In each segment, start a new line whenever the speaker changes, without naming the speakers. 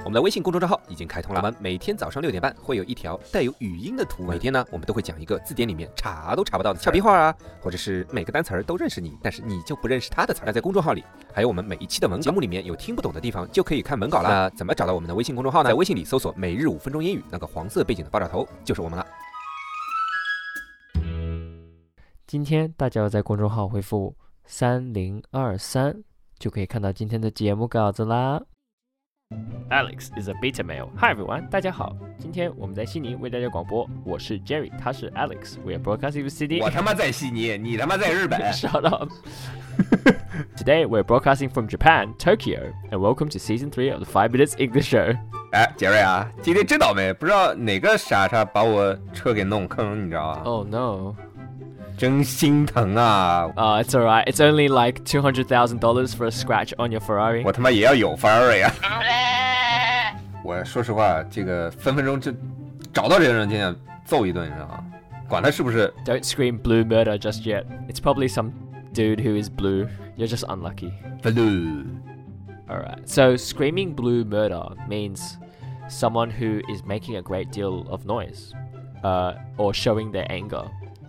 我们的微信公众账号已经开通了，我们每天早上六点半会有一条带有语音的图文。每天呢，我们都会讲一个字典里面查都查不到的俏皮话啊，或者是每个单词儿都认识你，但是你就不认识它的词儿。那在公众号里，还有我们每一期的文稿节目里面有听不懂的地方，就可以看文稿啦。那怎么找到我们的微信公众号呢？在微信里搜索“每日五分钟英语”，那个黄色背景的爆炸头就是我们了。
今天大家要在公众号回复三零二三，就可以看到今天的节目稿子啦。
Alex is a beta male. Hi everyone，大家好，今天我们在悉尼为大家广播，我是 Jerry，他是 Alex。We are broadcasting from Sydney.
我他妈在悉尼，你他妈在日 本。
Shut up. Today we're broadcasting from Japan, Tokyo, and welcome to season three of the Five Minutes English Show.
哎，杰瑞啊，今天真倒霉，不知道哪个傻叉把我车给弄坑，你知道吧？
哦
Oh no.
真心疼啊！
Uh, it's alright. It's only like two hundred thousand dollars for a scratch on your Ferrari.
我他妈也要有 Ferrari 啊！我说实话，这个分分钟就找到这个人就想揍一顿，你知道吗？管他是不是
Don't scream blue murder just yet. It's probably some dude who is blue. You're just unlucky.
blue，
All right. So screaming blue murder means someone who is making a great deal of noise, uh, or showing their anger,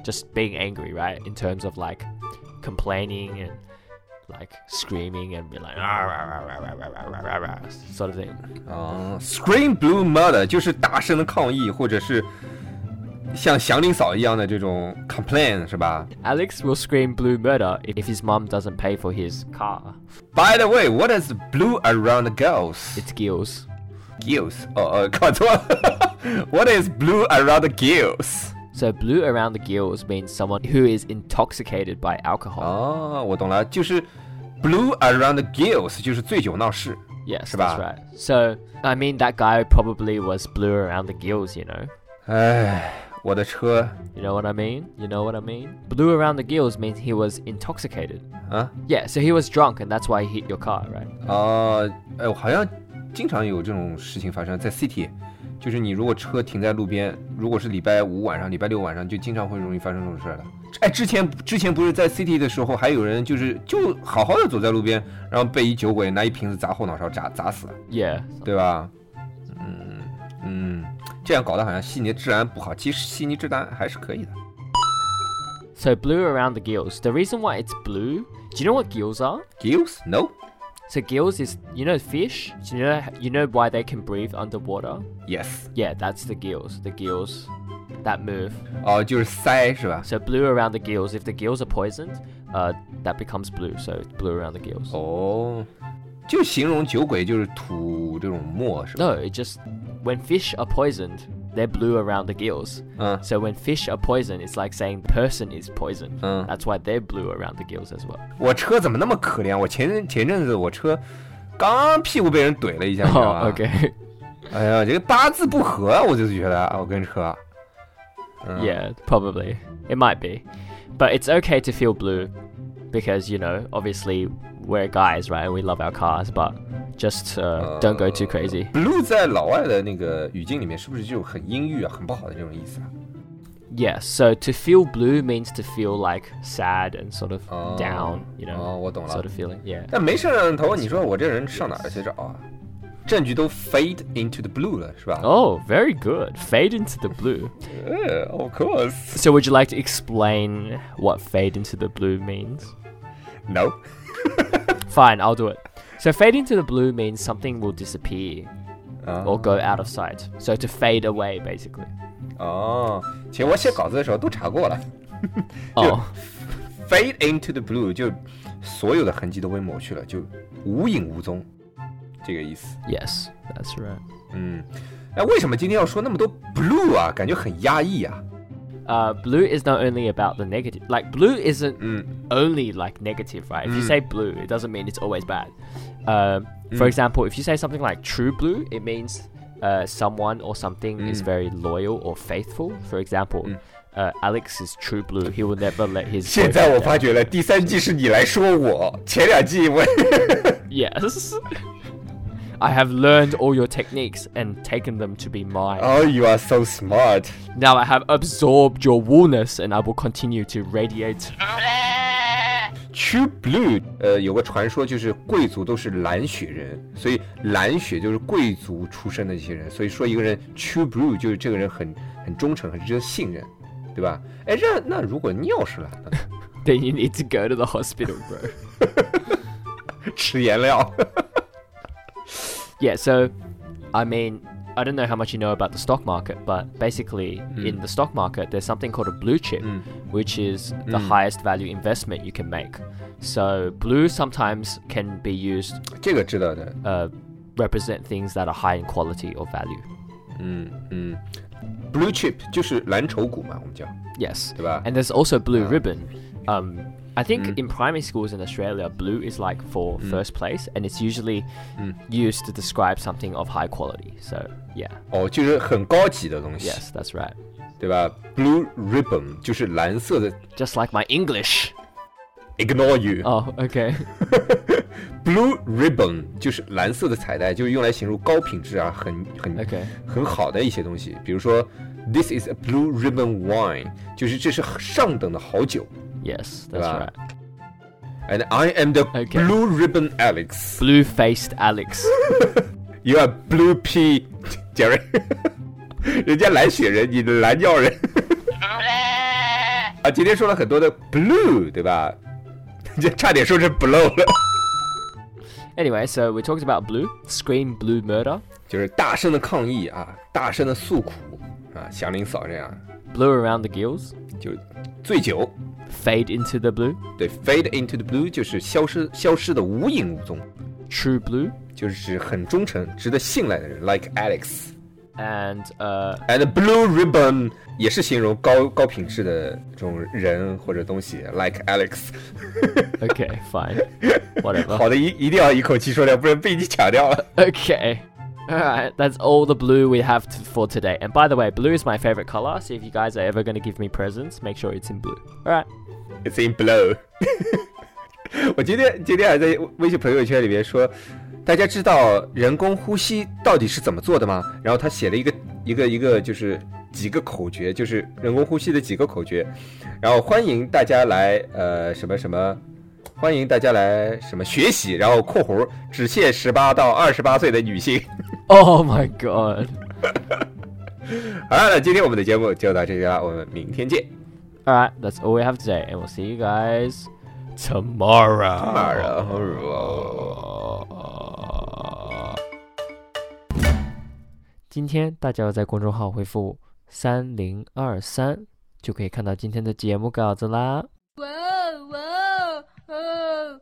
just being angry, right? In terms of like complaining and like screaming and be like "Arr, arr, arr, arr, arr, arr, arr, arr," sort of thing.
嗯、s c r e a m blue murder 就是大声的抗议，或者是像祥林嫂一样的这种 complain 是吧
Alex will scream blue murder if his mom doesn't pay for his car.
？By the way，what is blue around girls？
It's gills.
gills，哦哦，搞错了。What is blue around the gills？
So blue around the gills means someone who is intoxicated by alcohol.
哦，我懂了，就是 blue around the gills，就是醉酒闹事。
Yes,
Shabbat.
that's right. So, I mean, that guy probably was blue around the gills, you know?
哎，我的车
You know what I mean? You know what I mean? Blue around the gills means he was intoxicated.
啊，
Yeah, so he was drunk and that's why he hit your car, right?
哦，哎，我好像经常有这种事情发生在 city，就是你如果车停在路边，如果是礼拜五晚上、礼拜六晚上，就经常会容易发生这种事儿的。哎，之前之前不是在 city 的时候，还有人就是就好好的走在路边，然后被一酒鬼拿一瓶子砸后脑勺砸砸死了。
Yeah.
对吧？嗯嗯，这样搞得好像悉尼治安不好，其实悉尼治安还是可以的。
So, blue around the gills. The reason why it's blue, do you know what gills are?
Gills no
So, gills is, you know, fish? Do you know, you know why they can breathe underwater?
yes，
Yeah, that's the gills. The gills. That move.
哦，就是鳃是吧？
So, blue around the gills. If the gills are poisoned, uh, that becomes blue. So, it's blue around the gills.
Oh. 哦，就形容酒鬼就是吐这种沫是吧？
No, it just when fish are poisoned, they're blue around the gills.
嗯
So when fish are poisoned, it's like saying the person is poisoned.
嗯，
That's why they're blue around the gills as well.
我车怎么那么可怜？我前前阵子我车刚屁股被人怼了一下，你知道吧
Oh, okay.
哎呀，这个八字不合，我就是觉得啊我跟车。嗯
yeah, probably. It might be. But it's okay to feel blue because, you know, obviously we're guys, right? And we love our cars, but just uh, don't go too crazy.
Blue 在老外的那个语境里面，是不是就很阴郁啊，很不好的这种意思啊？
Yeah, so to feel blue means to feel like sad and sort of
Oh.
down, you
哦，
know,
我懂了
sort。of feeling. Yeah.
但没摄像头，你说我这人上哪儿去找啊？证据都 fade into the blue 了，是吧？
Oh, very good. Fade into the blue.
呃 of course.
So, would you like to explain what fade into the blue means?
No.
Fine, I'll do it. So, fade into the blue means something will disappear
啊
or go out of sight. So, to fade away, basically.
哦，其实我写稿子的时候都查过了哦
Oh,
，fade into the blue 就所有的痕迹都被抹去了，就无影无踪，这个意思。
yes, that's right.
嗯，那为什么今天要说那么多 blue 啊？感觉很压抑啊。
Uh, blue is not only about the negative. Like, blue isn't
嗯
only like negative, right? If you
Mm.
say blue, it doesn't mean it's always bad. Um, For
Mm.
example, if you say something like true blue, it means uh, someone or something is
Mm.
very loyal or faithful. For example,
Mm.
uh, Alex is true blue. He will never let his.
现在
boyfriend
我发觉了， 第三季是你来说我，前两季我
Yes. I have learned all your techniques and taken them to be mine.
Oh, you are so smart.
Now I have absorbed your woolness and I will continue to radiate.
True Blue，呃，有个传说就是贵族都是蓝血人，所以蓝血就是贵族出身的一些人，所以说一个人 True Blue 就是这个人很很忠诚，很值得信任，对吧？哎，那那如果尿是蓝的呢，
Then you need to go to the hospital, bro.
吃颜料。
Yeah, so I mean, I don't know how much you know about the stock market, but basically, in the stock market, there's something called a blue chip, which is the highest value investment you can make. So, blue sometimes can be used
这个知道的，
uh, represent things that are high in quality or value.
嗯嗯，blue chip 就是蓝筹股嘛，我们叫
Yes.
对吧？
And there's also blue ribbon. Um, I think in primary schools in Australia, blue is like for first place, and it's usually used to describe something of high quality. So, yeah.
哦，就是很高级的东西
Yes, that's right.
对吧？Blue ribbon 就是蓝色的
Just like my English.
，ignore you。
Oh, okay.
Blue ribbon 就是蓝色的彩带，就是用来形容高品质啊，很很
OK
很好的一些东西。比如说，This is a blue ribbon wine，就是这是上等的好酒。
Yes, that's
Wow.
right.
And I am the
Okay.
blue ribbon Alex.
Blue faced Alex.
You are blue pea Jerry 。人家蓝血人，你蓝尿人。啊，今天说了很多的 blue，对吧？这差点说成 blow 了，
Anyway, so we talked about blue. Scream blue murder.
就是大声的抗议啊，大声的诉苦啊，祥林嫂这样。
Blue around the gills.
就醉酒，
Fade into the blue.
对，fade into the blue 就是消失，消失的无影无踪，
True blue.
就是指很忠诚、值得信赖的人，like Alex。
And uh,
And blue ribbon 也是形容高高品质的这种人或者东西，like Alex。
okay, fine. Whatever.
好的，一一定要一口气说掉，不然被你抢掉了。
Okay. Alright, that's all the blue we have t for today. And by the way, blue is my favorite color, so if you guys are ever going to give me presents, make sure it's in blue. Alright.
It's in blue 。 我今天今天还在微信朋友圈里面说，大家知道人工呼吸到底是怎么做的吗？然后他写了一个一个一个就是几个口诀，就是人工呼吸的几个口诀，然后欢迎大家来呃什么什么。欢迎大家来什么学习，然后括弧只限十八到二十八岁的女性。
Oh my god.
好了，那今天我们的节目就到这里了，我们明天见。
Alright, that's all we have today, and we'll see you guys tomorrow.
然后，
今天大家要在公众号回复三零二三，就可以看到今天的节目稿子啦。
哇哦哇哦哦！